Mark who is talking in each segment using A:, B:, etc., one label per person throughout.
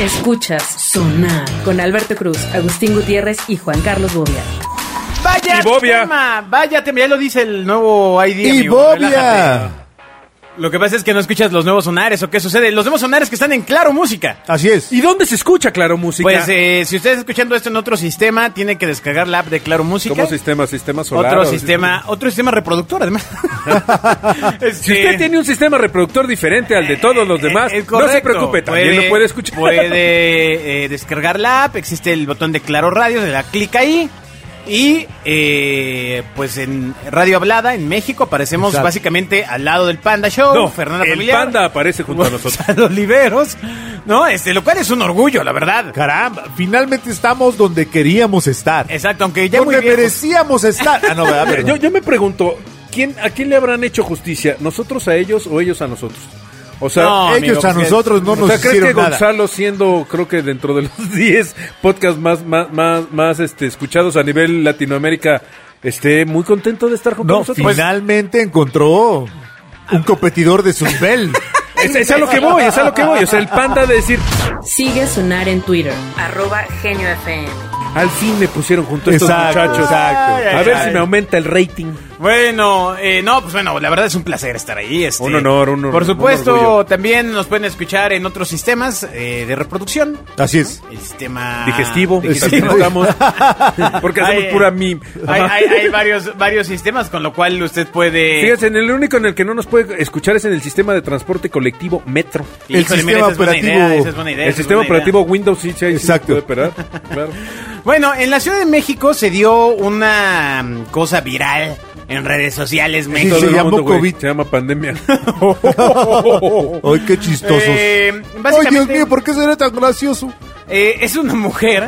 A: Escuchas Sonar con Alberto Cruz, Agustín Gutiérrez y Juan Carlos Bobia.
B: Vaya
C: Y Bobia.
B: tema, vaya tema, ya lo dice el nuevo ID.
D: Y
B: amigo,
D: Bobia.
B: relájate. Lo que pasa es que no escuchas los nuevos sonares o qué sucede. Los nuevos sonares que están en Claro Música.
D: Así es.
C: ¿Y dónde se escucha Claro Música?
B: Pues eh, si usted está escuchando esto en otro sistema, tiene que descargar la app de Claro Música.
E: ¿Cómo sistema? ¿Sistema solar?
B: otro
E: o-
B: sistema, otro sistema reproductor, además. Este,
C: si usted tiene un sistema reproductor diferente al
E: Eh,
C: de todos los demás,
B: es
C: no se
B: Eh, correcto.
C: preocupe, también lo puede escuchar.
B: Puede eh, descargar la app, existe el botón de Claro Radio, se la clica ahí. Y eh, pues en Radio Hablada, en México, aparecemos
D: Exacto.
B: básicamente al lado del Panda Show.
C: No,
B: Fernanda
C: el
B: Familiar,
C: Panda aparece junto a nosotros.
B: Gonzalo Oliveros, ¿no? Este, lo cual es un orgullo, la verdad.
D: Caramba, finalmente estamos donde queríamos estar.
B: Exacto, aunque ya muy
D: Donde
B: bien.
D: merecíamos estar. Ah, no, ¿verdad?
E: Mira,
D: Perdón.
E: yo, yo me pregunto, ¿quién, ¿a quién le habrán hecho justicia? ¿Nosotros a ellos o ellos a nosotros? O sea,
B: No,
E: eh,
D: Ellos
B: amigo,
D: a
B: pues,
D: nosotros no
E: o
D: nos
E: sea, ¿crees que
D: hicieron nada.
E: Gonzalo siendo, creo que dentro de los 10 podcasts más, más, más, más, este, escuchados a nivel Latinoamérica, esté muy contento de estar junto a
D: No,
E: nosotros? pues,
D: finalmente encontró un competidor de su nivel.
E: Es, es a lo que voy, es a lo que voy. O sea, el panda de decir,
A: Sigue a Sonar en Twitter, arroba Genio FM.
E: al fin me pusieron junto a estos
D: Exacto,
E: muchachos.
D: exacto.
B: Ay,
E: A ver
B: ay.
E: si me aumenta el rating.
B: Bueno, eh, no, pues bueno, la verdad es un placer estar ahí. este.
E: Un honor, un honor,
B: Por
E: un
B: supuesto,
E: orgullo.
B: también nos pueden escuchar en otros sistemas eh, de reproducción.
D: Así es.
B: El sistema
D: Ah,
E: Digestivo,
D: Digestivo.
E: también estamos, porque hacemos
B: Ay,
E: pura meme.
B: Hay,
E: Ajá.
B: hay- hay varios, varios sistemas con lo cual usted puede.
E: Fíjense, en el único en el que no nos puede escuchar es en el sistema de transporte colectivo Metro.
B: Híjole,
D: el sistema
B: esa es buena
D: operativo-
B: idea, esa es buena idea, esa
E: el
B: es
E: sistema
B: buena idea.
E: operativo Windows sí, sí, ahí sí se
D: Exacto.
E: puede operar. Claro.
B: Bueno, en la Ciudad de México se dio una mm, cosa viral en redes sociales.
D: Sí,
B: México.
E: Todo
D: se
E: el
D: llamó
E: güey,
D: COVID.
E: Se llama pandemia.
D: Ay, qué chistosos.
B: Eh,
D: Ay, Dios
B: básicamente-
D: mío, ¿por qué será tan gracioso?
B: Eh, es una mujer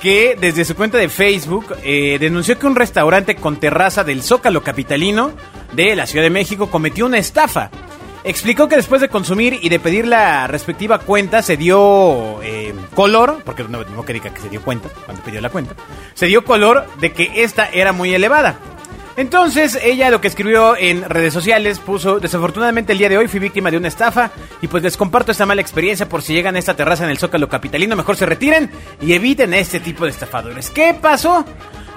B: que desde su cuenta de Facebook eh, denunció que un restaurante con terraza del Zócalo Capitalino de la Ciudad de México cometió una estafa. Explicó que después de consumir y de pedir la respectiva cuenta se dio eh, color, porque no, no que diga que se dio cuenta cuando pidió la cuenta, se dio color de que esta era muy elevada. Entonces, ella lo que escribió en redes sociales puso, desafortunadamente el día de hoy fui víctima de una estafa y pues les comparto esta mala experiencia por si llegan a esta terraza en el Zócalo Capitalino, mejor se retiren y eviten a este tipo de estafadores. ¿Qué pasó?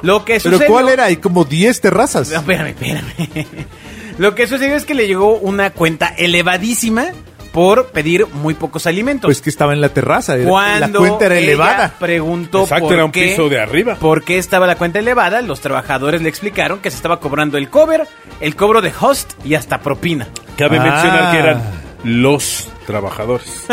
B: Lo que
D: ¿Pero
B: sucedió...
D: cuál era? Hay como 10 terrazas.
B: No, espérame, espérame. Lo que sucedió es que le llegó una cuenta elevadísima por pedir muy pocos alimentos.
D: Pues que estaba en la terraza. era- La
B: Cuando
D: cuenta era
B: ella
D: elevada.
B: Preguntó
E: Exacto,
B: por
E: era un
B: qué-
E: piso de arriba.
B: ¿Por qué estaba la cuenta elevada? Los trabajadores le explicaron que se estaba cobrando el cover, el cobro de host y hasta propina.
E: Cabe
D: Ah.
E: mencionar que eran los trabajadores.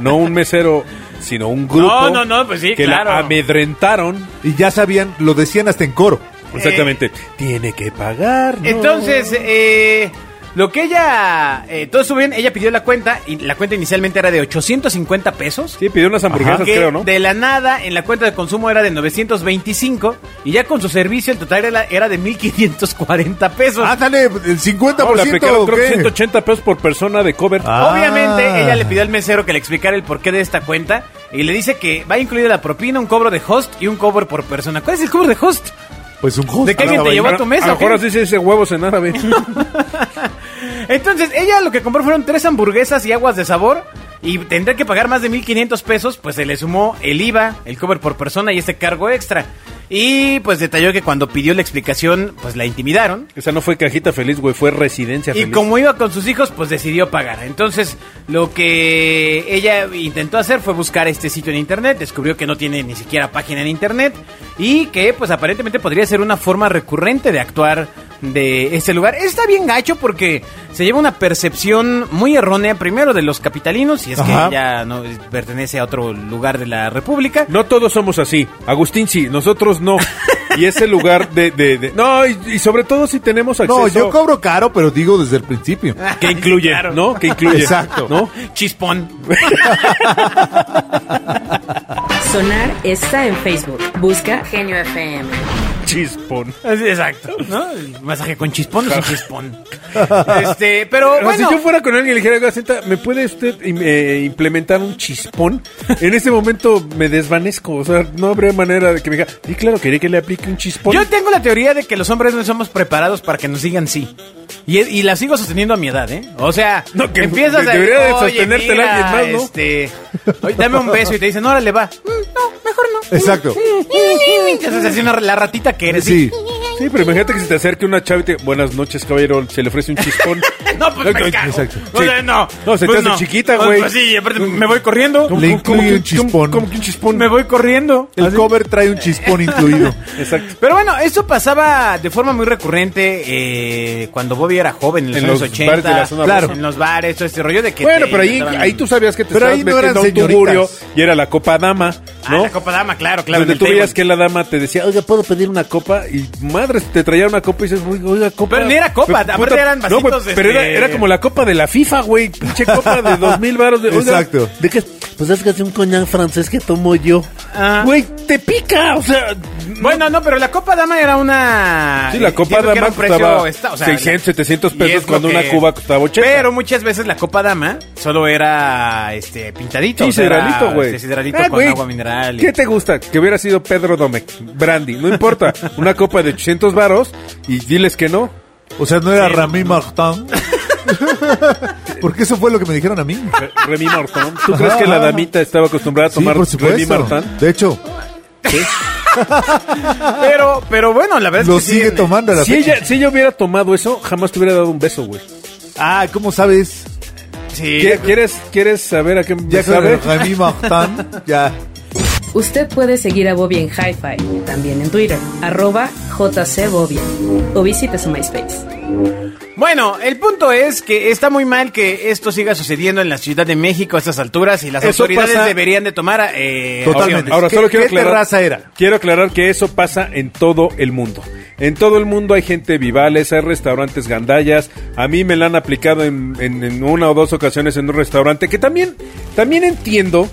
E: No un mesero, sino un grupo.
B: No, no, no, pues sí,
E: Que la
B: claro.
E: amedrentaron.
D: Y ya sabían, lo decían hasta en coro.
E: Exactamente.
B: Eh.
E: Tiene que pagar. ¿no?
B: Entonces, eh, lo que ella. eh, todo estuvo bien, ella pidió la cuenta y la cuenta inicialmente era de 850 pesos.
E: Sí, pidió unas hamburguesas,
B: que
E: creo, ¿no?
B: de la nada en la cuenta de consumo era de 925 y ya con su servicio el total era, era de 1540
E: Ah,
B: pesos.
D: Ándale, el 50%
E: No, le aplicaron,
D: ¿o
E: creo que
D: qué?
E: 180 pesos por persona de cover.
D: Ah.
B: Obviamente, ella le pidió al mesero que le explicara el porqué de esta cuenta y le dice que va incluida la propina, un cobro de host y un cobro por persona. ¿Cuál es el cobro de host?
D: Pues un host.
B: ¿De qué alguien te
D: estaba ahí.
B: llevó a tu mesa,
E: A lo mejor
B: ¿o qué?
E: así se dice huevos en árabe.
B: Entonces, ella lo que compró fueron tres hamburguesas y aguas de sabor y tendrá que pagar más de 1500 pesos, pues se le sumó el IVA, el cover por persona y este cargo extra. Y pues detalló que cuando pidió la explicación, pues la intimidaron.
E: Esa no fue cajita feliz, güey, fue residencia
B: Y
E: feliz.
B: como iba con sus hijos, pues decidió pagar. Entonces, lo que ella intentó hacer fue buscar este sitio en internet. Descubrió que no tiene ni siquiera página en internet. Y que, pues, aparentemente podría ser una forma recurrente de actuar de este lugar. Está bien gacho porque se lleva una percepción muy errónea, primero, de los capitalinos. Y es
D: Ajá.
B: que ya no pertenece a otro lugar de la república.
E: No todos somos así. Agustín sí, nosotros no. Y ese lugar de... de- de- No, y, y sobre todo si tenemos acceso...
D: No, yo cobro caro, pero digo desde el principio.
B: Ah.
E: Que incluye,
B: Claro.
E: ¿no? Que incluye.
D: Exacto.
E: ¿No?
B: Chispón.
A: Sonar está en Facebook. Busca Genio FM.
E: Chispón.
B: Así, Exacto, ¿no? El masaje con chispón es un chispón. Este, pero
E: O sea,
B: bueno.
E: si yo fuera con alguien y le dijera, "Oiga, señorita, ¿me puede usted im- eh, implementar un chispón? En ese momento me desvanezco. O sea, no habría manera de que me diga, y claro, quería que le aplique un chispón.
B: Yo tengo la teoría de que los hombres no somos preparados para que nos digan sí. Y, y la sigo sosteniendo a mi edad, ¿eh? O sea,
E: No, que
B: empiezas
E: de-
B: a
E: debería de
B: "Oye,
E: sostenértela
B: mira,
E: alguien más, ¿no?"
B: Este, "Oye, dame un beso y te dicen, órale, va. Mm, No, mejor no.
D: Exacto.
B: Te haces así una- la ratita que eres.
D: Sí.
E: Sí, pero imagínate que se te acerque una chava y te buenas noches, caballero, se le ofrece un chispón.
B: No, pues me cago.
D: Exacto.
B: O sea, no.
E: No, se te
B: Pues
E: hace chiquita, güey.
B: Pues sí, aparte me voy corriendo.
D: Le incluye
E: que-
D: un chispón.
E: cómo- cómo que un chispón?
B: Me voy corriendo.
D: El cover trae un chispón incluido.
E: Exacto.
B: Pero bueno, esto pasaba de forma muy recurrente eh, cuando Bobby era joven, en los
E: En
B: años
E: los
B: 80.
E: bares de la zona
B: claro.
E: rosa.
B: En los bares, todo este rollo de que.
E: Bueno,
B: te
E: pero ahí,
B: inventaban-
E: ahí tú sabías que te
D: Pero
E: estabas
D: ahí no
E: metiendo
D: eran
E: a un tugurio
D: señoritas.
E: y era la copa dama,
B: Ah,
E: ¿no?
B: la copa dama, claro, claro.
E: Donde
B: en el
E: tú veías
B: table.
E: que la dama te decía, oiga, ¿puedo pedir una copa? Y madre, te traía una copa y dices, oiga, oiga, copa.
B: Pero ni era copa,
E: Pero,
B: aparte eran
E: no, güey,
B: vasitos,
E: Pero
B: este-
E: era, era como la copa de la FIFA, güey. Pinche copa de dos mil baros. De, oiga,
D: Exacto.
E: ¿De qué? Pues es que es un coñac francés que tomo yo.
B: Ah.
E: Güey, te pica, o sea...
B: Bueno, no, pero la copa dama era una.
E: Sí, la copa
B: entiendo que
E: dama
B: era un precio
E: costaba
B: esta-
E: 600, 700
B: y es
E: pesos
B: lo
E: cuando una cuba costaba 80.
B: Pero muchas veces la copa dama solo era este pintadito.
E: Sí,
B: o sea, era,
E: sidralito, güey.
B: este, sidralito
E: Ah,
B: con
E: güey,
B: agua mineral. y-
E: ¿Qué te gusta? Que hubiera sido Pedro Domecq, Brandy, no importa. Una copa de 800 varos y diles que no.
D: O sea, no era
B: Sí.
D: Rami Martin. Porque eso fue lo que me dijeron a mí.
E: Re- Remy Martin. ¿Tú crees que la damita estaba acostumbrada a
D: Ah. Sí,
E: tomar
D: por
E: Remy
D: supuesto.
E: Martin?
D: De hecho,
B: Pero, pero bueno, la verdad
D: lo
B: es que. sí,
D: sigue
B: en-
D: tomando a la
E: Si
D: fecha.
E: ella, si ella hubiera tomado eso, jamás te hubiera dado un beso, güey.
D: Ah, ¿cómo sabes?
B: Sí.
E: ¿Qué- ¿Quieres, ¿Quieres saber a qué
D: Ya
E: me
D: con
E: sabe?
D: el Rami Martin, ya.
A: Usted puede seguir a Bobby en Hi-Fi, también en Twitter, arroba jcbobby, o visite su MySpace.
B: Bueno, el punto es que está muy mal que esto siga sucediendo en la Ciudad de México a estas alturas y las
E: Eso
B: autoridades
E: pasa-
B: deberían de tomar eh,
D: Totalmente.
B: acciones.
E: Ahora
D: ¿Qué-
E: solo quiero
D: qué
E: aclarar.
D: terraza era?
E: Quiero aclarar que eso pasa en todo el mundo. En todo el mundo hay gente vivales, hay restaurantes gandallas. A mí me la han aplicado en, en- en una o dos ocasiones en un restaurante. Que también, también entiendo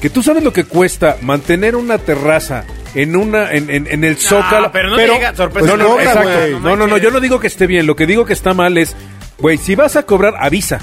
E: que tú sabes lo que cuesta mantener una terraza en una en, en- en el zócalo. pues,
B: pero no te llega sorpresa.
E: No, no,
D: Cobra,
E: exacto.
D: güey.
E: No, no, no, yo no digo que esté bien. Lo que digo que está mal es, güey, si vas a cobrar, avisa.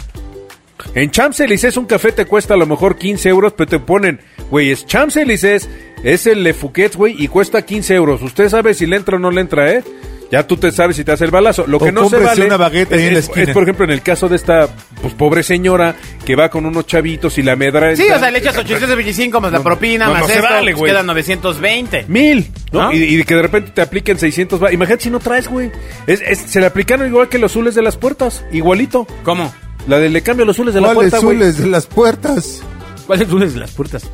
E: En Champs-Élysées un café te cuesta a lo mejor 15 euros, pero te ponen, güey, es Champs-Élysées, es el Le Fouquet, güey, y cuesta 15 euros. Usted sabe si le entra o no le entra, ¿eh? Ya tú te sabes si te hace el balazo. Lo
D: O
E: que no se
D: cómprese
E: vale
D: una baguette ahí
E: es,
D: en la
E: es-
D: esquina.
E: es, por ejemplo, en el caso de esta pues, pobre señora que va con unos chavitos y la medra...
B: Sí, o sea, le echas 825 más la propina,
E: no,
B: más
E: no se
B: esto,
E: vale,
B: pues
E: güey.
B: quedan 920.
E: Mil, ¿no?
B: ¿No?
E: Y, y que de repente te apliquen 600. va- Imagínate si no traes, güey. Es- es- se le aplicaron igual que los zules de las puertas, igualito.
B: ¿Cómo?
E: La de le cambio los zules de la
D: ¿Cuáles
E: puerta, güey.
D: zules de las puertas?
B: ¿Cuáles lunes de las puertas?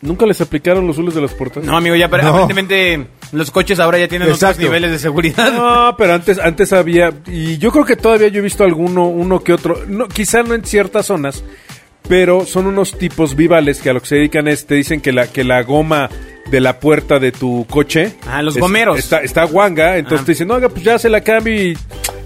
E: ¿Nunca les aplicaron los zules de las puertas?
B: No, amigo, ya pero
D: No.
B: aparentemente los coches ahora ya tienen otros
D: Exacto.
B: niveles de seguridad.
E: No, pero antes, antes había, y yo creo que todavía yo he visto alguno, uno que otro, no, quizá no en ciertas zonas, pero son unos tipos vivales que a lo que se dedican es, te dicen que la, que la goma de la puerta de tu coche.
B: Ah, los
E: es-
B: gomeros.
E: Está, está guanga, entonces
B: Ah.
E: te dicen, no, oiga, pues ya se la cambio y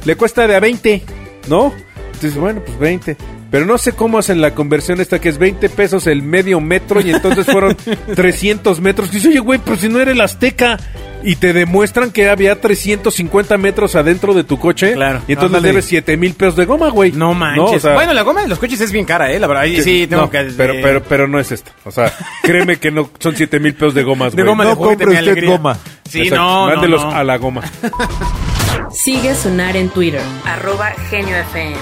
E: le cuesta de a 20, ¿no? Entonces, bueno, pues 20. Pero no sé cómo hacen la conversión esta que es 20 pesos el medio metro y entonces fueron 300 metros. Dice, oye, güey, pero si no eres el azteca y te demuestran que había 350 metros adentro de tu coche.
B: Claro.
E: Y entonces
D: Ándale.
E: debes 7 mil pesos de goma, güey.
B: No manches.
E: o sea,
B: bueno, la goma de los coches es bien cara, ¿eh? La verdad, y sí, tengo
E: no,
B: que...
E: Pero,
B: eh,
E: pero, pero no es esta. O sea, créeme que no son 7 mil pesos de gomas,
B: de
E: güey.
B: goma
D: No
B: de juguete,
D: compre
B: mi
D: usted
B: alegría.
D: goma.
B: Sí,
E: Exacto.
B: no, no,
E: Mándelos
B: no.
E: a la goma.
A: Sigue Sonar en Twitter, arroba geniofm.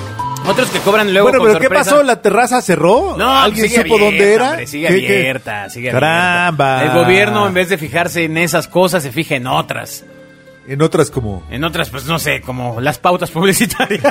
B: Otros que cobran luego
D: bueno,
B: con
D: pero ¿qué
B: sorpresa.
D: pasó? ¿La terraza cerró?
B: No, pues
D: ¿Alguien
B: sigue
D: supo
B: abierta,
D: dónde era?
B: hombre, sigue
D: ¿Qué- qué?
B: abierta, sigue
D: Caramba.
B: abierta. El gobierno, en vez de fijarse en esas cosas, se fija en otras.
D: En otras como...
B: En otras, pues no sé, como las pautas publicitarias.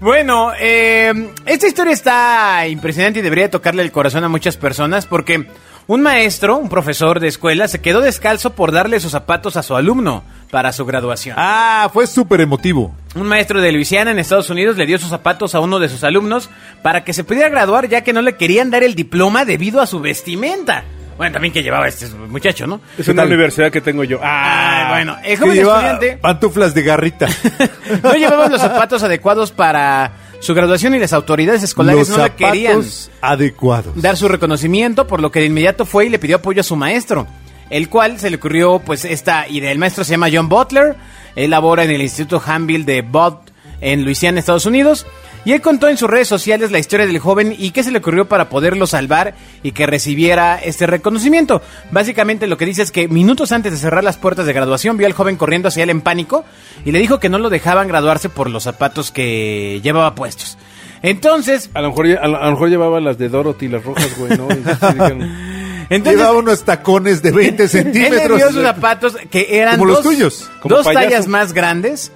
B: bueno, eh, esta historia está impresionante y debería tocarle el corazón a muchas personas porque un maestro, un profesor de escuela, se quedó descalzo por darle sus zapatos a su alumno para su graduación.
D: Ah, fue súper emotivo.
B: Un maestro de Luisiana en Estados Unidos le dio sus zapatos a uno de sus alumnos para que se pudiera graduar ya que no le querían dar el diploma debido a su vestimenta. Bueno, también que llevaba este muchacho, ¿no?
E: Es
D: ¿Qué
E: una
D: tal?
E: universidad que tengo yo.
B: Ah, bueno, el
D: Que
B: joven
D: lleva
B: estudiante
D: pantuflas de garrita.
B: no llevaba los zapatos adecuados para su graduación y las autoridades escolares
D: Los
B: no le querían
D: zapatos adecuados.
B: dar su reconocimiento, por lo que de inmediato fue y le pidió apoyo a su maestro. el cual se le ocurrió pues esta idea. El maestro se llama John Butler, él labora en el Instituto Hanville de Bot en Luisiana, Estados Unidos. Y él contó en sus redes sociales la historia del joven y qué se le ocurrió para poderlo salvar y que recibiera este reconocimiento. Básicamente lo que dice es que minutos antes de cerrar las puertas de graduación vio al joven corriendo hacia él en pánico y le dijo que no lo dejaban graduarse por los zapatos que llevaba puestos. Entonces,
E: A lo mejor, a lo, a lo mejor llevaba las de Dorothy, las rojas, güey, ¿no? Y se dijeron,
B: entonces
D: Llevaba unos tacones de 20
B: Él le
D: centímetros.
B: dio sus zapatos que eran
D: Como los
B: dos-
D: tuyos,
E: como
B: dos
E: payaso.
B: tallas más grandes.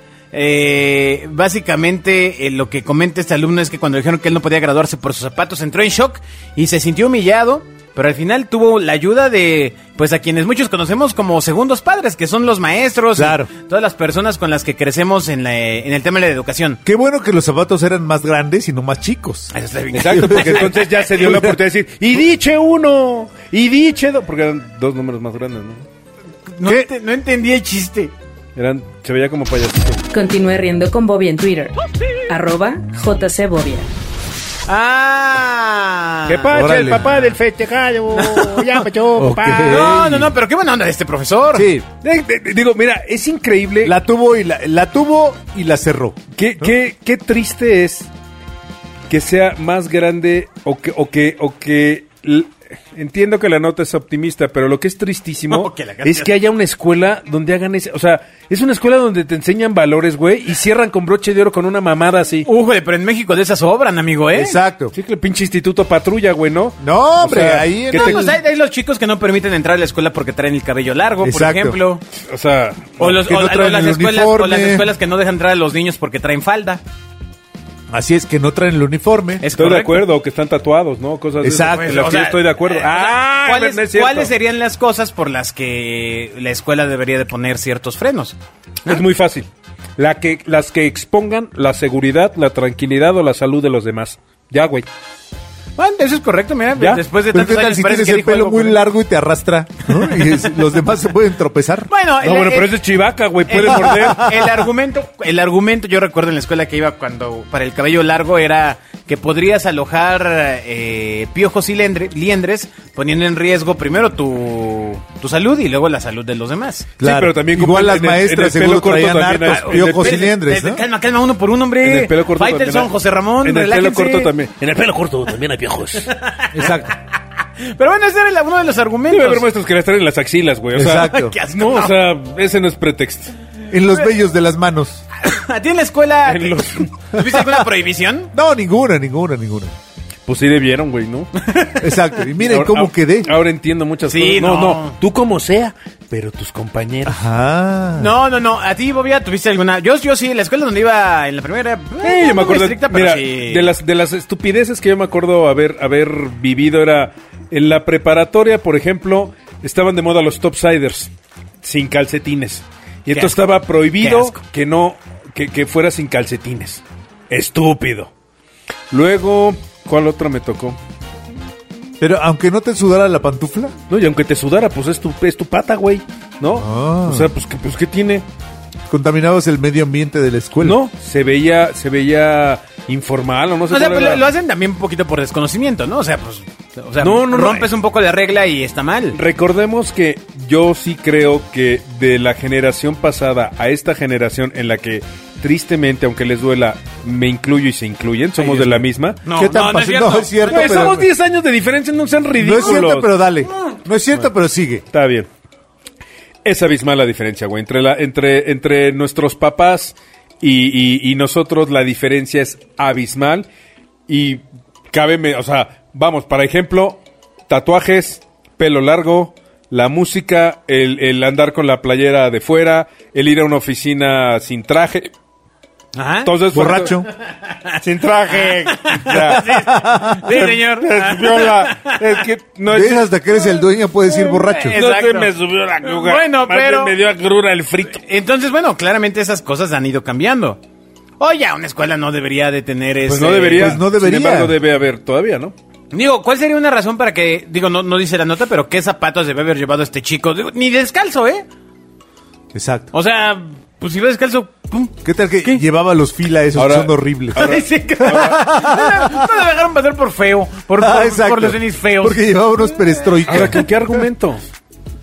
B: Eh, básicamente eh, lo que comenta este alumno es que cuando le dijeron que él no podía graduarse por sus zapatos entró en shock y se sintió humillado, pero al final tuvo la ayuda de pues a quienes muchos conocemos como segundos padres, que son los maestros, y
D: Claro.
B: todas las personas con las que crecemos en, la, en el tema de la educación.
D: Qué bueno que los zapatos eran más grandes y no más chicos.
B: Eso está bien.
E: Exacto, porque entonces ya se dio la oportunidad de decir, y diche uno, y diche dos, porque eran dos números más grandes, ¿no?
B: No,
D: ¿Qué?
B: ent- no entendí el chiste.
E: Eran, se veía como payasito.
A: Continúe riendo con Bobby en Twitter. Arroba JCBobia.
B: Ah.
E: ¿Qué pasa, el
D: órale.
E: papá del festejado? Ya, pecho, papá.
D: Ok.
B: No, no, no, pero qué buena onda de este profesor.
E: Sí. Eh, eh, Digo, mira, es increíble.
D: La tuvo y la, la tuvo y la cerró.
E: ¿Qué, qué, qué triste es que sea más grande o que, o que, o que l- entiendo que la nota es optimista, pero lo que es tristísimo
B: No, que la cantidad-
E: es que haya una escuela donde hagan ese, o sea, es una escuela donde te enseñan valores, güey, y cierran con broche de oro con una mamada así.
B: Uy, pero en México de esas obran, amigo, ¿eh?
D: Exacto.
E: Sí, que el pinche instituto patrulla, güey, ¿no?
D: No, hombre,
E: O sea,
D: ahí en
E: que
B: No,
E: te-
B: pues hay, hay los chicos que no permiten entrar a la escuela porque traen el cabello largo, por
D: Exacto.
B: ejemplo.
E: O sea,
B: O, los-
D: que
B: o-
D: no
B: o
D: traen
B: las
D: el
B: escuelas, o las
D: uniforme.
B: escuelas que no dejan entrar a los niños porque traen falda.
D: Así es que no traen el uniforme.
B: Es
E: estoy
B: correcto.
E: de acuerdo, que están tatuados, ¿no? Cosas de esas,
D: Exacto.
E: en las
B: O
E: que
B: sea,
E: yo estoy de acuerdo.
B: eh, o sea,
E: ah,
B: ¿cuáles,
E: no es cierto.
B: cuáles serían las cosas por las que la escuela debería de poner ciertos frenos?
E: Es muy fácil. La que, las que expongan la seguridad, la tranquilidad o la salud de los demás. Ya, güey.
B: Bueno, eso es correcto, mira,
E: ¿Ya?
B: después de
D: Pero ¿qué
B: tantos años
D: tal Pues si
B: parece que
D: tienes el
B: dijo
D: pelo
B: algo
D: muy
B: correcto.
D: largo y te arrastra? ¿no? Y es- los demás se pueden tropezar.
B: Bueno,
E: No,
B: el-
E: bueno,
B: el-
E: pero ese es chivaca, güey. Puede
B: el-
E: morder.
B: El argumento, el argumento, yo recuerdo en la escuela que iba cuando para el cabello largo era que podrías alojar eh, piojos y lendre- liendres, poniendo en riesgo primero tu, tu salud y luego la salud de los demás.
E: Sí, pero también como
D: Igual
E: en
D: las
E: el- en el
D: maestras
E: pelo
D: seguro
E: corto
D: traían
E: también hay-
D: hartos
E: en el
D: piojos y
E: pelo-
D: liendres,
B: Eh,
D: ¿no?
B: Calma, calma, uno por uno, hombre.
E: En el pelo corto
B: Faitelson,
E: también hay-
B: José Ramón,
E: En el pelo
B: relájense.
E: corto también.
F: En el pelo corto también hay piojos.
D: Exacto.
B: Pero bueno, ese era el- uno de los argumentos.
E: Debe haber maestros que las traen en las axilas, güey. O sea,
D: Exacto.
B: Qué asco, no.
E: no, o sea, ese no es pretexto.
D: En los vellos de las manos.
B: ¿A ti en la escuela
E: En los-
B: tuviste alguna prohibición?
D: No, ninguna, ninguna, ninguna.
E: Pues sí debieron, güey, ¿no?
D: Exacto. Y miren
E: Ahora- ah,
D: cómo
E: ahora-
D: quedé.
E: Ahora entiendo muchas
B: Sí,
E: cosas. No,
B: no.
E: no,
F: Tú como sea, pero tus compañeros.
D: Ah.
B: No, no, no. ¿A ti, Bobia, tuviste alguna? Yo, yo sí, la escuela donde iba en la primera. eh,
E: Eh, yo
B: muy
E: me acuerdo,
B: estricta, pero
E: mira,
B: sí.
E: de las de las estupideces que yo me acuerdo haber haber vivido era en la preparatoria, por ejemplo, estaban de moda los topsiders sin calcetines. Y entonces
B: asco.
E: estaba
B: Qué
E: prohibido
B: asco.
E: que no que, que fuera sin calcetines. Estúpido. Luego, ¿cuál otra me tocó?
D: Pero aunque no te sudara la pantufla.
E: No, y aunque te sudara, pues es tu, es tu pata, güey, ¿no?
D: Ah.
E: O sea, pues, ¿qué- pues ¿qué tiene?
D: contaminabas el medio ambiente de la escuela.
E: No, se veía se veía informal o no sé
B: O sea,
E: cuál
B: pues,
E: era.
B: lo, lo hacen también un poquito por desconocimiento, ¿no? O sea, pues. O sea,
E: No, no, no.
B: rompes un poco la regla y está mal.
E: Recordemos que yo sí creo que de la generación pasada a esta generación en la que tristemente, aunque les duela, me incluyo y se incluyen, somos de la misma.
B: No,
D: ¿Qué tan
B: no, no es
D: pasi-
B: cierto.
D: no, es cierto,
E: Güey,
D: pero-
E: somos 10 años de diferencia, no sean
D: No
E: ridículos.
D: es cierto, pero dale. No es cierto, pero sigue.
E: Está bien. Es abismal la diferencia, güey. Entre, la, entre, entre nuestros papás y, y- y nosotros la diferencia es abismal. Y cábeme, o sea, vamos, para ejemplo, tatuajes, pelo largo, la música, el, el andar con la playera de fuera, el ir a una oficina sin traje.
B: Ajá.
E: Entonces,
D: Borracho.
E: Sin traje.
B: Sí, señor.
E: Es viola. Es que no es-
D: De esas hasta que eres el dueño puedes ir borracho.
B: Eh,
E: no
B: Exacto.
E: se me subió la cruga.
B: Bueno,
E: Más bien
B: pero-
E: me dio agrura el frito.
B: Entonces, bueno, claramente esas cosas han ido cambiando. Oye, una escuela no debería de tener
E: Pues
B: ese-
E: no debería.
D: pues no debería.
E: Sin embargo, debe haber todavía, ¿no?
B: Digo, ¿cuál sería una razón para que, digo, no, no dice la nota, pero qué zapatos debe haber llevado este chico? Digo, ni descalzo, ¿eh?
D: Exacto.
B: O sea, pues si va descalzo, pum.
D: ¿Qué tal que llevaba los fila esos
E: Ahora-
D: que son horribles?
B: Ay, sí, no, no lo dejaron pasar por feo, por,
D: Ah,
B: por-
D: exacto.
B: por los tenis feos.
D: Porque llevaba unos perestroika.
E: Ahora, ¿con qué argumento?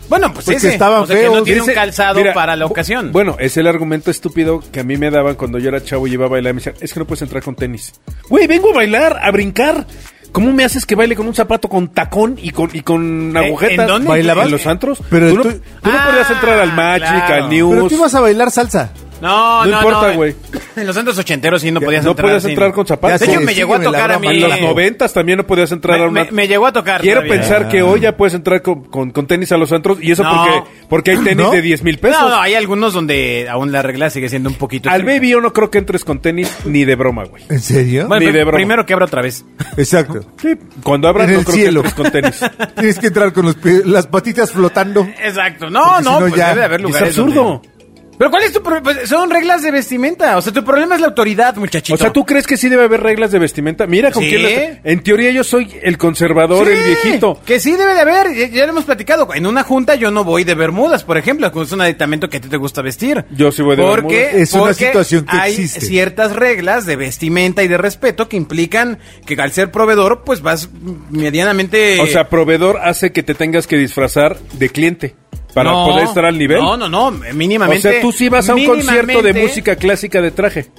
B: Bueno, pues
D: Porque
B: ese.
D: estaban
B: o sea, que no
D: feos.
B: tiene un
E: Ese-
B: calzado
E: mira,
B: para la
E: bu-
B: ocasión.
E: Bueno, es el argumento estúpido que a mí me daban cuando yo era chavo y iba a bailar. Me decían, es que no puedes entrar con tenis. Güey, vengo a bailar, a brincar. ¿Cómo me haces que baile con un zapato con tacón y con, y con agujetas?
B: en dónde?
E: ¿Bailabas?
B: ¿En
E: ¿En los antros?
D: Pero
E: tú no,
D: tú-
E: tú no
B: Ah,
E: podías entrar al Magic,
B: claro.
E: al
D: Pero
E: News.
D: tú ibas a bailar salsa.
B: no, no,
E: no importa,
B: no.
E: güey.
B: En los centros ochenteros sí no podías
E: no
B: entrar.
E: podías
B: sin-
E: entrar con zapatos.
B: De hecho,
D: Sí,
B: me llegó a
D: sígueme la
B: tocar a
D: broma.
B: mí.
E: En los noventas también no podías entrar a
B: Me,
E: una...
B: me- me llegó a tocar.
E: Quiero
B: todavía.
E: pensar
D: Ah.
E: que hoy ya puedes entrar con, con- con tenis a los antros y eso
B: No.
E: porque, porque hay tenis
D: ¿No?
E: de 10 mil pesos.
B: No, no, hay algunos donde aún la regla sigue siendo un poquito.
E: Al
B: estricta.
E: baby yo no creo que entres con tenis ni de broma, güey.
D: ¿En serio?
B: Bueno,
E: Ni
B: pri-
E: de broma.
B: primero que abra otra vez.
D: Exacto.
E: Sí, cuando abras
D: En
E: no
D: el
E: creo
D: cielo.
E: que entres con tenis.
D: Tienes que entrar con los pies- las patitas flotando.
B: Exacto. No,
D: Porque si
B: no,
D: no,
B: pues
D: ya.
B: debe de haber
D: Es
B: lugares.
E: absurdo.
B: donde- Pero ¿cuál es tu problema? son reglas de vestimenta. O sea, tu problema es la autoridad, muchachito.
E: O sea, ¿tú crees que sí debe haber reglas de vestimenta? Mira con
B: Sí.
E: quién... las- En teoría yo soy el conservador,
B: Sí,
E: el viejito.
B: Que sí debe de haber, ya, ya lo hemos platicado. En una junta yo no voy de bermudas, por ejemplo, que es un aditamento que a ti te gusta vestir.
E: Yo sí voy de
B: porque,
E: bermudas.
D: Es una
B: porque
D: situación que
B: hay
D: existe.
B: ciertas reglas de vestimenta y de respeto que implican que al ser proveedor, pues vas medianamente...
E: O sea, proveedor hace que te tengas que disfrazar de cliente para
B: No,
E: poder estar al nivel.
B: No, no, no,
E: O
B: mínimamente.
E: sea, tú sí vas a un concierto de
B: mínimamente-
E: música clásica de traje.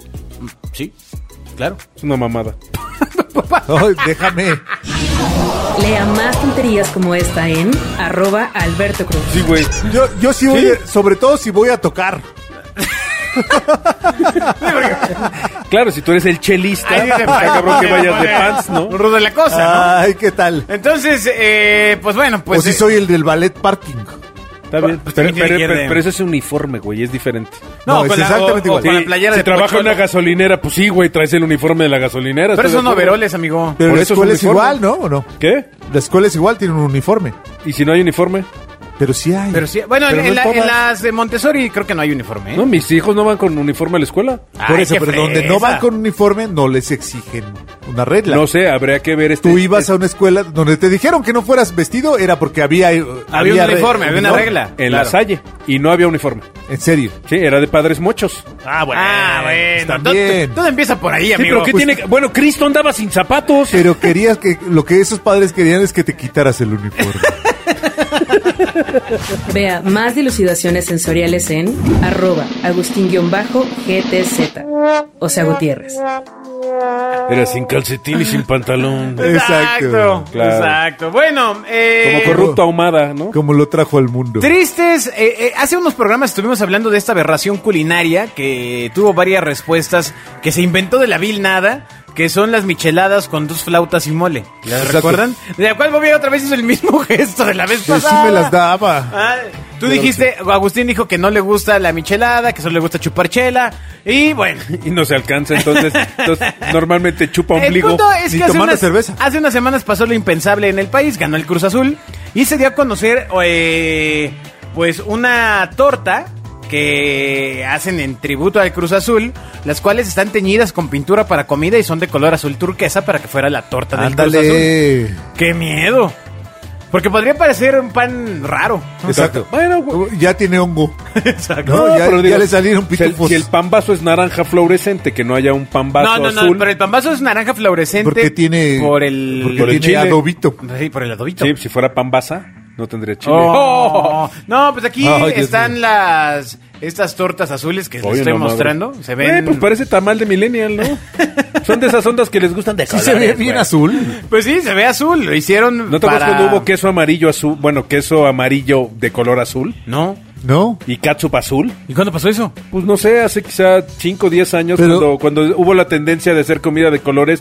B: Sí, claro.
E: Es una mamada.
D: Ay, déjame.
A: Lea más tonterías como esta en arroba Alberto Cruz.
E: Sí, güey.
D: Yo, yo sí voy,
E: ¿Sí?
D: a- sobre todo si voy a tocar.
E: Claro, si tú eres el chelista,
B: Ahí dice,
E: está cabrón que vayas de pants, ¿no? Ah.
B: Un rudo de la cosa,
D: Ay, ¿qué tal?
B: ¿no? Entonces, eh, pues bueno, pues...
D: o si
B: eh,
D: soy el del ballet parking.
E: Está bien.
B: Pues,
E: Pero,
B: sí, tiene
E: pero-
B: que ir
E: pero-
B: de-
E: pero ese es uniforme, güey, es diferente.
B: No,
D: No,
B: con
D: es
B: la-
D: exactamente
B: o- o
D: igual.
B: con la playera
E: si
B: de
E: trabaja en
B: Pochuelo.
E: una gasolinera, pues sí, güey, traes el uniforme de la gasolinera.
B: Pero
E: estoy de
B: son
E: acuerdo.
B: overoles, amigo.
D: Pero
E: Por
D: la
E: eso es
D: escuela es
E: uniforme.
D: igual, ¿no? ¿O no?
E: ¿Qué?
D: La escuela es igual, tiene un uniforme.
E: ¿Y si no hay uniforme?
D: Pero sí hay.
B: Pero sí, bueno,
E: Pero
B: en, en
E: no
B: la-
E: todas.
B: en las de Montessori creo que no hay uniforme. ¿eh?
E: No, mis hijos no van con uniforme a la escuela.
D: Por
B: Ay,
D: eso,
B: qué
D: pero donde
B: fresa.
D: no van con uniforme, no les exigen una regla.
E: No sé, habría que ver este.
D: Tú ibas a una escuela donde te dijeron que no fueras vestido, era porque había.
B: Había un
D: re-
B: uniforme, había una
D: ¿no?
B: regla.
E: En la
B: Claro.
E: Salle. Y no había uniforme.
D: En serio.
E: Sí, era de padres mochos.
B: Ah, bueno. Ah, bueno.
D: Está
B: Todo-
D: bien.
B: Todo empieza por ahí,
E: Sí,
B: amigo.
E: pero ¿qué tiene que- Bueno, Cristo andaba sin zapatos.
D: Pero querías que. Lo que esos padres querían es que te quitaras el uniforme.
A: Vea más dilucidaciones sensoriales en arroba Agustín-GTZ. O sea, Gutiérrez.
F: Era sin calcetín y sin pantalón.
B: Exacto, exacto.
E: claro.
D: Exacto,
B: Bueno, eh,
E: Como corrupto ahumada, ¿no?
D: Como lo trajo al mundo.
B: Tristes, eh, eh, hace unos programas estuvimos hablando de esta aberración culinaria que tuvo varias respuestas, que se inventó de la vil nada, que son las micheladas con dos flautas y mole. ¿Las
D: Exacto.
B: recuerdan? De la cual Bobby otra vez hizo el mismo gesto de la vez
D: Que
B: pasada.
D: sí me las daba.
B: Ah, tú dijiste, Agustín dijo que no le gusta la michelada, que solo le gusta chupar chela, y bueno.
E: Y no se alcanza, entonces, entonces, normalmente chupa
B: El
E: ombligo.
B: punto es
D: ni
B: que hace
D: tomando
B: unas,
D: cerveza.
B: hace unas semanas pasó lo impensable en el país, ganó el Cruz Azul y se dio a conocer eh, pues una torta que hacen en tributo al Cruz Azul, las cuales están teñidas con pintura para comida y son de color azul turquesa para que fuera la torta del Cruz Azul.
D: Ándale.
B: ¡Qué miedo! Porque podría parecer un pan raro. pues,
D: Exacto.
E: Bueno, güey.
D: Ya tiene hongo.
B: Exacto.
D: No, ya-
E: pero
D: ya le salieron
E: si el-
D: pitufos.
E: Si el pambazo es naranja fluorescente, que no haya un
B: No,
E: pambazo
B: no,
E: azul.
B: no, pero el pambazo es naranja fluorescente.
D: Porque tiene.
B: Por el.
D: porque
E: por el
D: tiene
E: chile.
D: adobito.
B: Sí, por el adobito.
E: Sí, si fuera pambaza, no tendría chile.
B: Oh. No, pues aquí
D: Ay, Dios
B: están
D: mío.
B: las estas tortas azules que les
E: Oye,
B: estoy
E: no, madre.
B: mostrando. Se ven.
E: Eh, pues parece tamal de millennial, ¿no? Son de esas ondas que les gustan de
D: Sí se ve
E: colores,
D: bien
E: güey.
D: azul.
B: Pues sí, se ve azul. Lo hicieron.
E: ¿No te acuerdas
B: para-
E: cuando hubo queso amarillo azul? Bueno, queso amarillo de color azul
B: No.
D: ¿No?
E: y catsup azul.
B: ¿Y cuándo pasó eso?
E: Pues no sé, hace quizá 5 o 10 años
D: Pero-
E: cuando, cuando hubo la tendencia de hacer comida de colores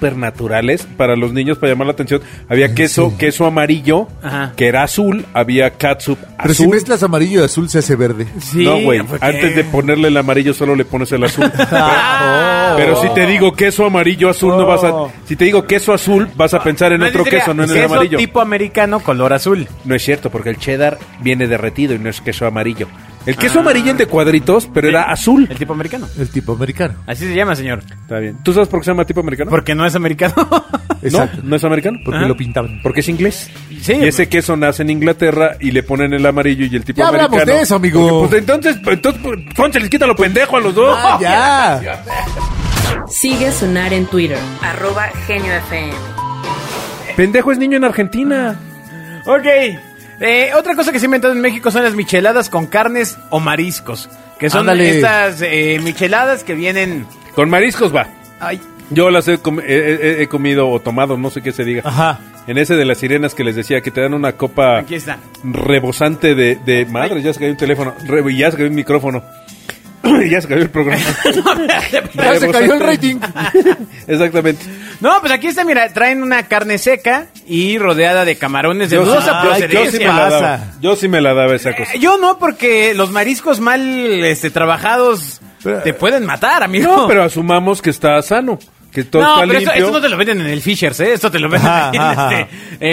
E: supernaturales para los niños, para llamar la atención.
D: Ah,
E: Había queso queso amarillo,
B: Ajá.
E: que era azul, había catsup azul.
D: Pero si mezclas amarillo y azul se hace verde.
B: Sí.
E: no, güey,
B: ¿por qué?
E: antes de ponerle el amarillo solo le pones el azul.
B: Ah.
E: Pero si
D: Oh.
E: te digo queso amarillo azul, no vas a... Si te digo queso azul, vas a pensar en
B: No,
E: otro
B: dice,
E: queso, no en el
B: queso
E: amarillo.
B: tipo americano, color azul.
E: No es cierto, porque el cheddar viene derretido y no es queso amarillo. El queso
D: Ah.
E: amarillo es de cuadritos, pero era azul.
B: El tipo americano.
D: El tipo americano.
B: Así se llama, señor.
E: Está bien. ¿Tú sabes por qué se llama tipo americano?
B: Porque no es americano.
D: Exacto.
E: No, no es americano.
D: Porque
B: Ajá.
D: lo pintaban. pues.
E: Porque es inglés.
B: Sí.
E: y ese queso nace en Inglaterra y le ponen el amarillo y el tipo
D: Ya
E: americano.
D: hablamos de eso, amigo.
E: Porque, pues entonces, pues, entonces pues, Fonseca, les quita lo pendejo a los dos.
D: Ah, ya.
A: Sigue a Sonar en Twitter, arroba Genio FM.
E: Pendejo es niño en Argentina.
B: ok. Eh, otra cosa que se ha inventado en México son las micheladas con carnes o mariscos. Que son
D: Ándale.
B: estas eh, micheladas que vienen.
E: Con mariscos va.
B: Ay,
E: Yo las he, com- he- he- he comido o tomado, no sé qué se diga.
D: Ajá.
E: En ese de las sirenas que les decía que te dan una copa
B: Aquí está.
E: rebosante de, de- madre, ya se cayó un teléfono, re- ya se cayó un micrófono. ya se cayó el programa.
D: Ya se cayó el rating.
E: Exactamente.
B: No, pues aquí está, mira, traen una carne seca y rodeada de camarones de
E: Yo, sí-
B: dudosa
E: yo sí- yo sí me
B: procedencia.
E: la daba.
D: Pasa.
E: Yo sí me la daba esa cosa.
B: Eh, Yo no, porque los mariscos mal este, trabajados
D: Pero-
B: te pueden matar, amigo.
E: No, pero asumamos que está sano, que todo
B: No,
E: está
B: pero
E: limpio.
B: esto, esto no te lo venden en el Fishers, ¿eh? Esto te lo venden
D: Ajá,
B: en,
D: ajá,
B: este,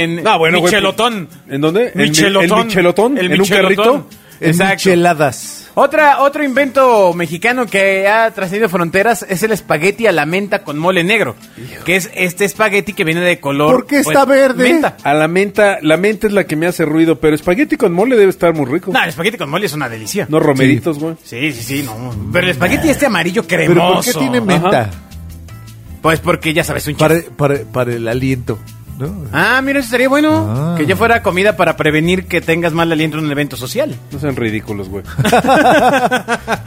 B: en
E: Ah, bueno, güey,
B: Michelotón.
E: pues, ¿En dónde? ¿En mi-
B: Michelotón.
E: en Michelotón? ¿En un carrito?
D: En
B: Exacto.
D: Micheladas.
B: Otra, otro invento mexicano que ha trascendido fronteras es el espagueti a la menta con mole negro. Que es este espagueti que viene de color. pues,
D: ¿Por qué está verde?
B: Menta.
E: A la menta, la menta es la que me hace ruido, pero espagueti con mole debe estar muy rico.
B: No, el espagueti con mole es una delicia.
E: No romeritos, güey.
B: Sí, sí, sí, no. Pero el espagueti este amarillo cremoso.
D: ¿Pero por qué tiene menta?
B: Pues porque ya sabes, un chiste.
D: Para, para, para el aliento, ¿no?
B: Ah, mira, eso estaría bueno.
D: Ah.
B: Que ya fuera comida para prevenir que tengas mal aliento en un evento social.
E: No sean ridículos, güey.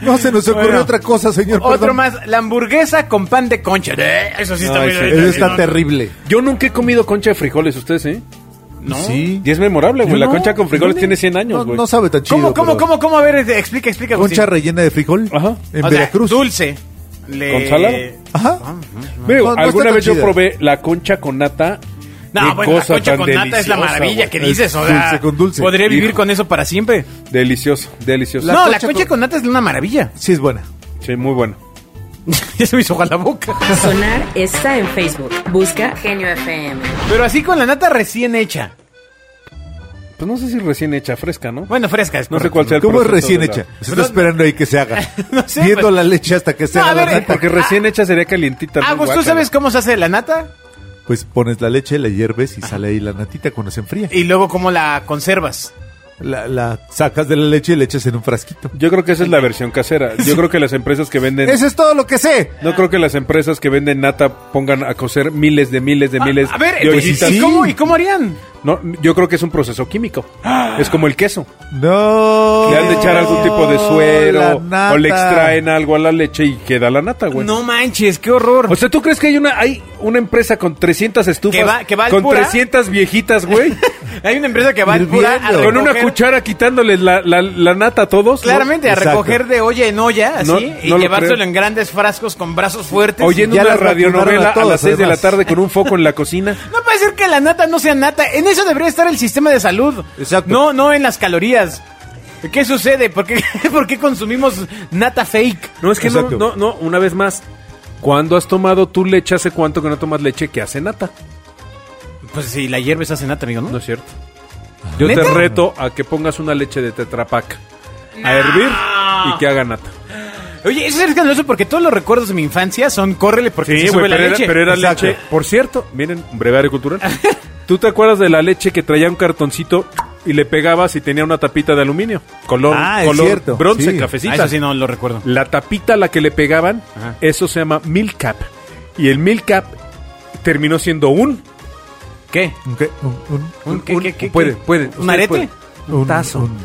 D: No se nos ocurrió
B: Bueno.
D: otra cosa, señor.
B: Otro
D: perdón.
B: más, la hamburguesa con pan de concha. Eh, Eso sí está
E: Ay,
B: muy
E: sí.
D: Eso
B: sí,
D: está
B: no,
D: terrible.
E: Yo nunca he comido concha de frijoles, ustedes, ¿eh?
B: No.
D: Sí.
E: Y es memorable, güey.
D: Yo
E: La
D: no,
E: concha con frijoles
D: no,
E: tiene 100 años,
D: no,
E: güey.
D: No sabe tan chido.
B: ¿Cómo, cómo,
D: pero-
B: cómo, cómo? A ver, este, explica, explica. Agustín.
D: Concha rellena de frijol.
E: Ajá.
D: En
B: O sea,
D: Veracruz.
B: dulce. Le-
E: ¿Con sala?
B: Ah,
D: Ajá.
E: Veo,
D: No, no está
E: alguna
D: tan
E: vez yo
D: chida.
E: probé la concha con nata.
B: No,
E: Qué
B: bueno, la concha
E: tan
B: con nata es la
E: deliciosa,
B: maravilla
E: güey.
B: que
D: Es
B: dices. O sea,
D: dulce con dulce.
B: Podría vivir
E: Hijo.
B: con eso para siempre.
E: Delicioso, delicioso.
D: La
B: no, la
D: concha
B: concha con...
D: con-
B: nata es una maravilla.
D: Sí, es buena.
E: Sí, muy bueno.
B: ya se me hizo agua la boca.
A: Sonar está en Facebook. Busca Genio FM.
B: Pero así con la nata recién hecha.
E: Pues no sé si recién hecha, fresca, ¿no?
B: Bueno, fresca. es
E: No sé
B: correcto.
E: cuál sea el
D: ¿Cómo es
E: proceso
D: recién
E: de la-
D: hecha? Se está esperando ahí que se haga.
B: No sé,
D: Viendo
B: pues.
D: la leche hasta que se
B: No, a
D: haga la
B: ver,
D: nata.
E: Porque recién hecha sería calientita. ¿no?
B: Agus, ah. pues, ¿tú
E: Guácala.
B: sabes cómo se hace la nata?
D: Pues pones la leche, la hierves y sale ahí la natita cuando se enfría.
B: Y luego cómo la conservas.
D: La, la sacas de la leche y la echas en un frasquito.
E: Yo creo que esa es la versión casera. Yo creo que las empresas que venden...
D: Eso es todo lo que sé.
E: No creo que las empresas que venden nata pongan a cocer miles de miles de miles
B: Ah, a ver,
E: de
B: pues, ¿y,
E: hoyitas.
B: cómo, ¿y cómo harían?
E: No, yo creo que es un proceso químico. Es como el queso.
D: No.
E: Le han de echar algún tipo de suero
D: La nata.
E: o le extraen algo a la leche y queda la nata, güey.
B: No manches, qué horror.
E: O sea, ¿tú crees que hay una hay una empresa con 300 estufas,
B: Que va- que va al
E: con
B: pura?
E: 300 viejitas, güey,
B: Hay una empresa que va al pura a
D: Hirviendo.
E: con una
B: recoger-
E: cuchara quitándoles la, la- la nata a todos?
B: Claramente, a
D: Exacto.
B: recoger de olla en olla, así,
E: No,
B: y
E: no lo
B: llevárselo
E: creo.
B: en grandes frascos con brazos fuertes.
E: Oyendo
D: Ya
E: una
D: las vacunaron
E: radionovela
D: a
E: a,
D: todos,
E: las 6 de la
D: además.
E: tarde con un foco en la cocina.
B: No puede ser que la nata no sea nata. En eso debería estar el sistema de salud.
D: Exacto.
B: No, no en las calorías. ¿Qué sucede? ¿Por qué, por qué consumimos nata fake?
E: No, es que no,
D: Exacto.
E: no, no, una vez más. ¿Cuándo has tomado tu leche? ¿Hace cuánto que no tomas leche que hace nata?
B: Pues si la hierves hace nata, amigo,
E: No
B: ¿no?
E: es cierto. Yo
B: ¿Neta?
E: te reto a que pongas una leche de tetrapac a hervir y que haga nata.
B: Oye, eso es escandaloso porque todos los recuerdos de mi infancia son córrele porque se sube
E: güey,
B: la
E: pero,
B: leche.
E: Era, pero era
D: Exacto.
E: leche. Por cierto, miren, un brevario cultural. ¿Tú te acuerdas de la leche que traía un cartoncito y le pegabas y tenía una tapita de aluminio? Color,
D: Ah, es
E: color
D: cierto.
E: bronce,
D: Sí.
B: Ah,
E: cafecita.
B: eso sí no lo recuerdo.
E: La tapita a la que le pegaban,
B: Ajá.
E: eso se llama milk cap. Y el milk cap terminó siendo un...
B: ¿Qué?
D: Un que- un- un-
B: ¿Un qué, qué, qué,
E: puede,
B: qué?
E: puede.
B: ¿Un arete?
E: Un,
D: un-
E: tazo.
D: un-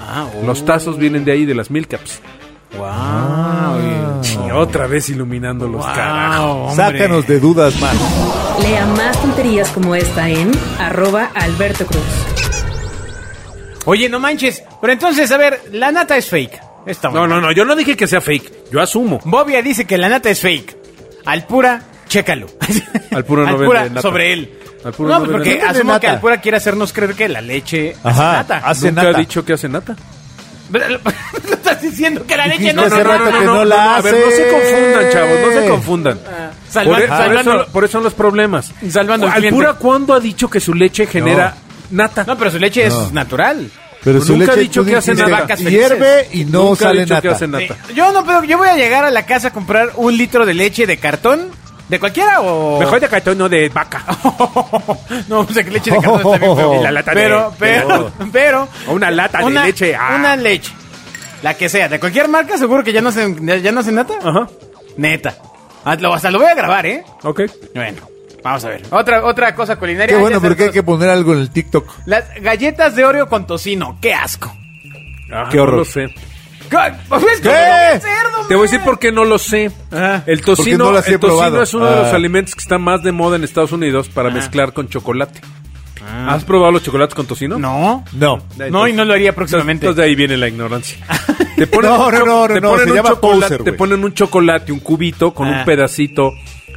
B: Ah, oh.
E: Los tazos vienen de ahí, de las milk caps.
B: Wow.
E: Ah. Y otra vez iluminando los carajos.
D: Sácanos de dudas más.
A: Lea más tonterías como esta en arroba Alberto Cruz.
B: Oye, no manches. Pero entonces, a ver, la nata es fake. Está
E: No,
B: bueno.
E: no, no, yo no dije que sea fake. Yo asumo.
B: Bobia dice que la nata es fake. Al pura, chécalo.
E: Al pura no vende
B: pura,
E: nata.
B: sobre él.
E: Al pura
B: no,
E: no
B: pues
E: vende
B: porque
D: nata.
B: asumo que
D: Nata.
B: al pura quiere hacernos creer que la leche
D: Ajá,
B: es nata.
D: hace
E: Nunca
D: nata.
E: ha dicho que hace nata.
B: Pero- estás diciendo que la leche
D: Dijiste
B: no, no,
D: hace
B: no,
D: rato
B: no, no,
D: que
B: no.
D: no la
E: A ver, no se
D: hace.
E: confundan, chavos, no se confundan.
B: Salvan-
E: por, e- por
B: salvando-
E: eso, por eso son los problemas.
B: Salvando al
E: al
B: cliente.
E: pura cuándo ha dicho que su leche genera nata?
B: No, pero su leche
D: No.
B: es natural.
D: Pero
E: Nunca
D: su leche
E: ha dicho
D: tú
E: que hacen
D: dijiste,
E: nada. vacas
B: felices.
D: Hierve y no
E: Nunca ha
D: sale
E: dicho que
D: nata.
E: hace nata.
B: Sí, Yo no, pero yo voy a llegar a la casa a comprar un litro de leche de cartón. ¿De cualquiera o...?
E: Mejor de cartón, no de vaca.
B: no, o sea, que leche de cartón está bien feo.
D: Y
E: la lata de-
B: pero,
E: de
B: pero,
E: oro.
B: pero...
E: O una lata de
B: una-
E: leche, ah.
B: Una leche. La que sea. De cualquier marca seguro que ya no hacen, ya, ya no hacen nata.
E: Ajá,
B: Ah, Neta. Ah, lo- Hasta lo voy a grabar, ¿eh?
E: ok.
B: Bueno. Vamos a ver. Otra, otra cosa culinaria.
D: Qué bueno,
B: Ya
D: porque hay
B: está-
D: que poner algo en el TikTok.
B: Las galletas de Oreo con tocino. ¡Qué asco!
E: Ah,
D: Qué horror.
E: No lo sé.
B: ¿Qué? Pues,
D: ¿Qué?
B: como un cerdo,
E: Te voy a
B: man.
E: decir por qué no lo sé.
B: Ajá.
E: El tocino,
D: no las he
E: el tocino
D: probado.
E: es uno de
D: Ah.
E: los alimentos que está más de moda en Estados Unidos para mezclar con chocolate. ¿Has probado los chocolates con tocino?
B: Ah. No.
D: No.
B: No, y no lo haría próximamente.
E: Entonces de ahí viene la ignorancia. Te
D: No,
E: un
D: no,
E: cho-
D: no, no,
E: te
D: no,
E: ponen
D: se
E: un
D: llama
E: chocolate-
D: poser,
E: Te
D: güey.
E: ponen un chocolate, un cubito con
B: Ah.
E: un pedacito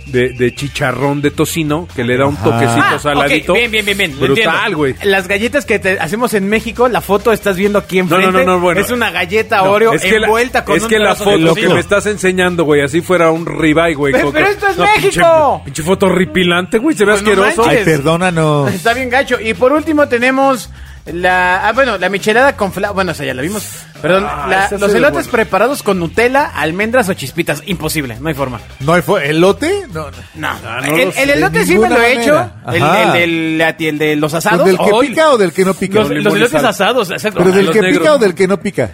E: de, de chicharrón de tocino que le da un toquecito
B: Ah,
E: saladito.
B: ok, Bien, bien, bien, bien. lo
E: Brutal,
B: entiendo.
E: güey.
B: Las galletas que te hacemos en México, la foto estás viendo aquí enfrente.
E: no, no, bueno.
B: Es una galleta
E: No,
B: Oreo
E: la-
B: envuelta con
E: es
B: un
E: que la
B: trozo de
E: foto lo que
B: tocino.
E: me estás enseñando, güey, así fuera un ribeye, güey.
B: Pero-
E: con-
B: pero esto es
E: pinche-
B: México.
E: Pinche, foto horripilante, güey, se ve
B: Pues no
E: asqueroso.
B: manches.
D: Ay, perdónanos.
B: Está bien gacho. Y por último tenemos la... Ah, bueno, la michelada con fla... Bueno, o sea, ya la vimos. Perdón.
E: Ah,
B: la-
E: esa se
B: los
E: ve
B: elotes
E: buena.
B: preparados con Nutella, almendras o chispitas. Imposible, no hay forma.
D: ¿No hay fo- elote? No, no.
B: No.
E: no
B: el,
E: lo sé.
B: el elote
D: De
B: sí me lo
D: ninguna
B: he hecho.
D: manera.
B: El,
D: Ajá.
B: el del- la- el de
E: Pues
B: los
D: ¿Pero
B: asados.
D: ¿Del que
B: ¡Ay!
D: pica o del que no pica?
B: los, los
E: y
B: elotes
E: sal.
B: asados. exacto. Ah,
D: ¿Pero del
E: los
D: que
E: negros.
D: pica o del que no pica?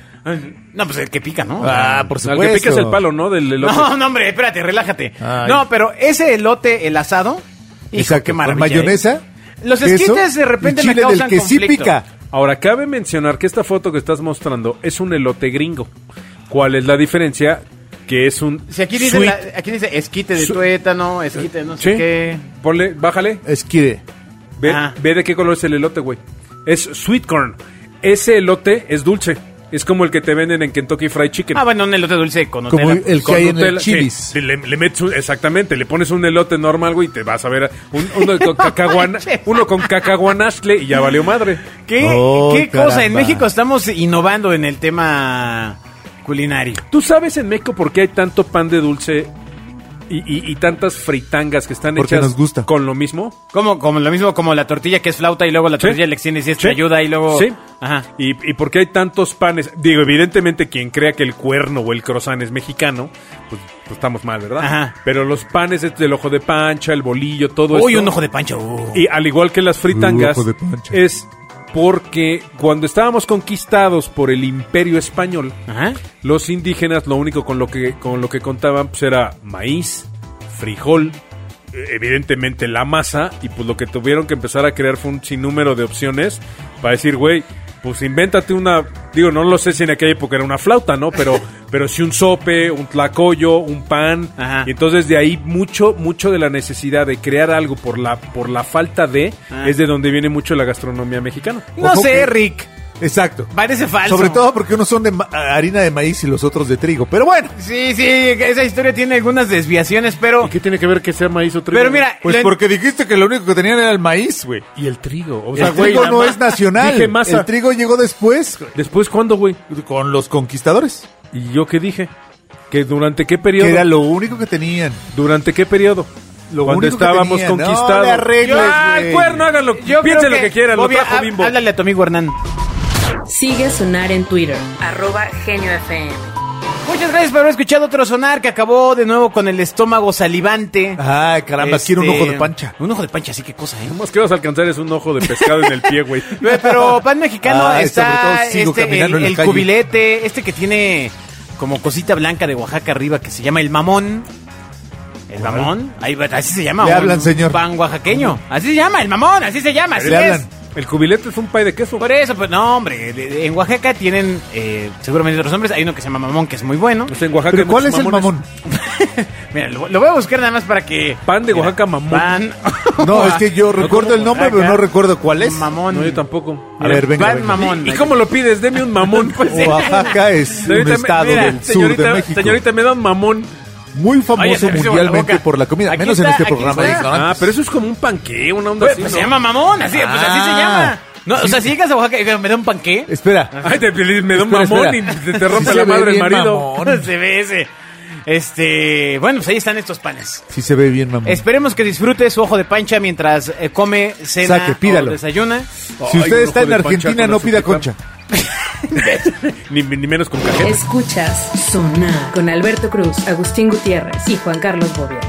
B: No, pues el que pica, ¿no?
D: Ah, por
E: Al que
D: supuesto.
E: picas el palo, ¿no? Del elote.
B: No, no, hombre, espérate, relájate.
D: Ay.
B: No, pero ese elote, el asado, hijo,
D: Exacto,
B: qué
D: con
B: maravilla.
D: mayonesa,
B: ¿eh? Los
D: queso
B: esquites de repente
D: y chile
B: me causan
D: del que sí
B: conflicto.
D: pica.
E: Ahora, cabe mencionar que esta foto que estás mostrando es un elote gringo. ¿Cuál es la diferencia? Que es un.
B: Si aquí dice,
E: sweet-
B: la- aquí dice esquite de
E: Sweet.
B: tuétano, esquite de no sé
E: Sí.
B: qué.
E: Ponle, bájale.
D: Esquire.
E: Ve,
B: Ah.
E: ve de qué color es el elote, güey. Es sweet corn. Ese elote es dulce. Es como el que te venden en Kentucky Fried Chicken.
B: Ah, bueno, un elote dulce con
D: Como
B: Nutella.
D: el que
E: Con
D: hay en el
E: Nutella, sí.
D: chilis.
E: Sí, le, le metes un- exactamente, le pones un elote normal, güey, y te vas a ver un- uno, con cacahuana, uno con cacahuanastle y ya valió madre.
B: ¿Qué,
D: Oh,
B: qué cosa? En
D: caramba.
B: México estamos innovando en el tema culinario.
E: ¿Tú sabes en México por qué hay tanto pan de dulce y, y- y tantas fritangas que están
D: Porque
E: hechas
D: nos gusta.
E: con lo mismo?
B: Como, como lo mismo, como la tortilla que es flauta y luego la
E: Sí.
B: tortilla le extiendes y esta
E: Sí.
B: ayuda y luego...
E: Sí.
B: Ajá.
E: ¿Y, y por qué hay tantos panes? Digo, evidentemente quien crea que el cuerno o el croissant es mexicano, pues, pues estamos mal, ¿verdad?
B: Ajá.
E: Pero los panes este, del ojo de pancha, el bolillo, todo
D: Pues
B: Uy,
E: esto-
B: un ojo de pancho. uh.
E: Y al igual que las fritangas,
D: Ujú, ojo de pancha.
E: es porque cuando estábamos conquistados por el imperio español,
B: Ajá.
E: los indígenas lo único con lo que, con lo que contaban pues, era maíz, frijol, eh, evidentemente la masa, y pues lo que tuvieron que empezar a crear fue un sinnúmero de opciones para decir, güey, pues invéntate una, digo, no lo sé si en aquella época era una flauta, ¿no? Pero, pero sí un sope, un tlacoyo, un pan,
B: Ajá.
E: y entonces de ahí mucho, mucho de la necesidad de crear algo por la, por la falta de,
B: Ah.
E: es de donde viene mucho la gastronomía mexicana.
B: No
D: Ojo
B: sé,
D: que-
B: Rick.
D: Exacto.
B: Parece falso.
D: Sobre todo porque unos son de ma- harina de maíz y los otros de trigo. Pero bueno,
B: Sí, sí, esa historia tiene algunas desviaciones, pero...
F: ¿Y qué tiene que ver que sea maíz o trigo?
B: Pero mira,
D: pues
B: lo en-
D: porque dijiste que lo único que tenían era el maíz, güey.
E: Y el trigo, o
D: el trigo no es nacional.
E: Dije masa.
D: El trigo llegó después
E: Después, ¿cuándo, güey?
D: con los conquistadores.
E: ¿Y yo qué dije? ¿Que durante qué periodo?
D: Que era lo único que tenían.
E: ¿Durante qué periodo?
D: Lo
E: Cuando
D: único que
E: estábamos
D: tenían.
E: conquistados.
D: No le arregles,
E: ¡Ah, el
D: güey!
E: cuerno! Háganlo.
B: yo
E: Piensen
B: creo
E: lo que quieran. Lo
B: Bobia,
E: trajo
B: há-
E: Bimbo.
B: Háblale a tu amigo Hernán.
A: Sigue a Sonar en Twitter, arroba Genio FM.
B: Muchas gracias por haber escuchado otro sonar que acabó de nuevo con el estómago salivante.
D: Ay, Ah, caramba,
B: Este,
D: quiero un ojo de pancha.
B: Un ojo de pancha, sí, qué cosa, ¿eh?
E: Lo más que vas a alcanzar es un ojo de pescado en el pie, güey.
B: Pero pan mexicano
D: Ay, sobre
B: está
D: todo sigo
B: este,
D: caminando
B: el,
D: en la
B: el
D: calle.
B: cubilete, este que tiene como cosita blanca de Oaxaca arriba que se llama el mamón. ¿El mamón? Ahí, va- así se llama.
D: Le
B: un
D: hablan, señor.
B: Pan oaxaqueño. Así se llama, el mamón, así se llama, así
D: Le
B: es.
D: hablan.
E: El cubilete es un pay de queso.
B: Por eso, pues no, hombre. de- de- En Oaxaca tienen eh, seguramente otros nombres. Hay uno que se llama Mamón, que es muy bueno.
E: Pues en Oaxaca
D: ¿Pero
E: hay
D: cuál es
E: muchos
D: el
E: mamones.
D: mamón?
B: Mira, lo, lo voy a buscar nada más para que.
E: Pan de
B: Mira,
E: Oaxaca mamón.
B: Pan.
D: No, es que yo recuerdo el nombre, pero no recuerdo cuál es.
B: Mamón.
E: No, yo tampoco.
D: A ver, venga.
B: pan
D: venga.
B: mamón.
E: ¿Y cómo lo pides? Deme un mamón.
B: Pues sí.
D: Oaxaca es un
E: Señorita,
D: estado
E: mira,
D: del sur
E: señorita,
D: de México.
E: Señorita, me da un mamón.
D: muy
B: Oye,
D: famoso
B: se me hizo agua la
D: mundialmente
B: boca.
D: por la comida,
B: Aquí
D: menos
B: está,
D: en este
B: aquí
D: programa de
B: está.
E: Ah,
D: ignorantes.
E: pero eso es como un panqué, una onda
B: Pues,
E: así,
B: pues,
E: ¿no?
B: se llama Mamón, así, pues así se
D: Ah.
B: llama. No, o sea, si llegas a Oaxaca y dices, me da un panqué. Ah.
D: Espera,
E: Ay, te, me da un
D: Espera,
E: mamón
D: espera.
E: y te, te rompe
D: Sí
E: la
D: se ve
E: madre el
D: bien
E: marido.
D: mamón.
B: Se ve ese. Este. Bueno, pues ahí están estos panes.
D: si se ve bien, mamón.
B: Esperemos que disfrute su ojo de pancha mientras eh, come, cena
D: Saque, pídalo.
B: o desayuna.
D: Si
E: Ay,
D: usted
E: un
D: está
E: ojo
D: en
E: de pancha
D: Argentina,
E: con
D: no
E: azúcar.
D: pida concha.
E: Ni, ni menos con cajeta.
A: Escuchas Sonar con Alberto Cruz, Agustín Gutiérrez y Juan Carlos Bobia.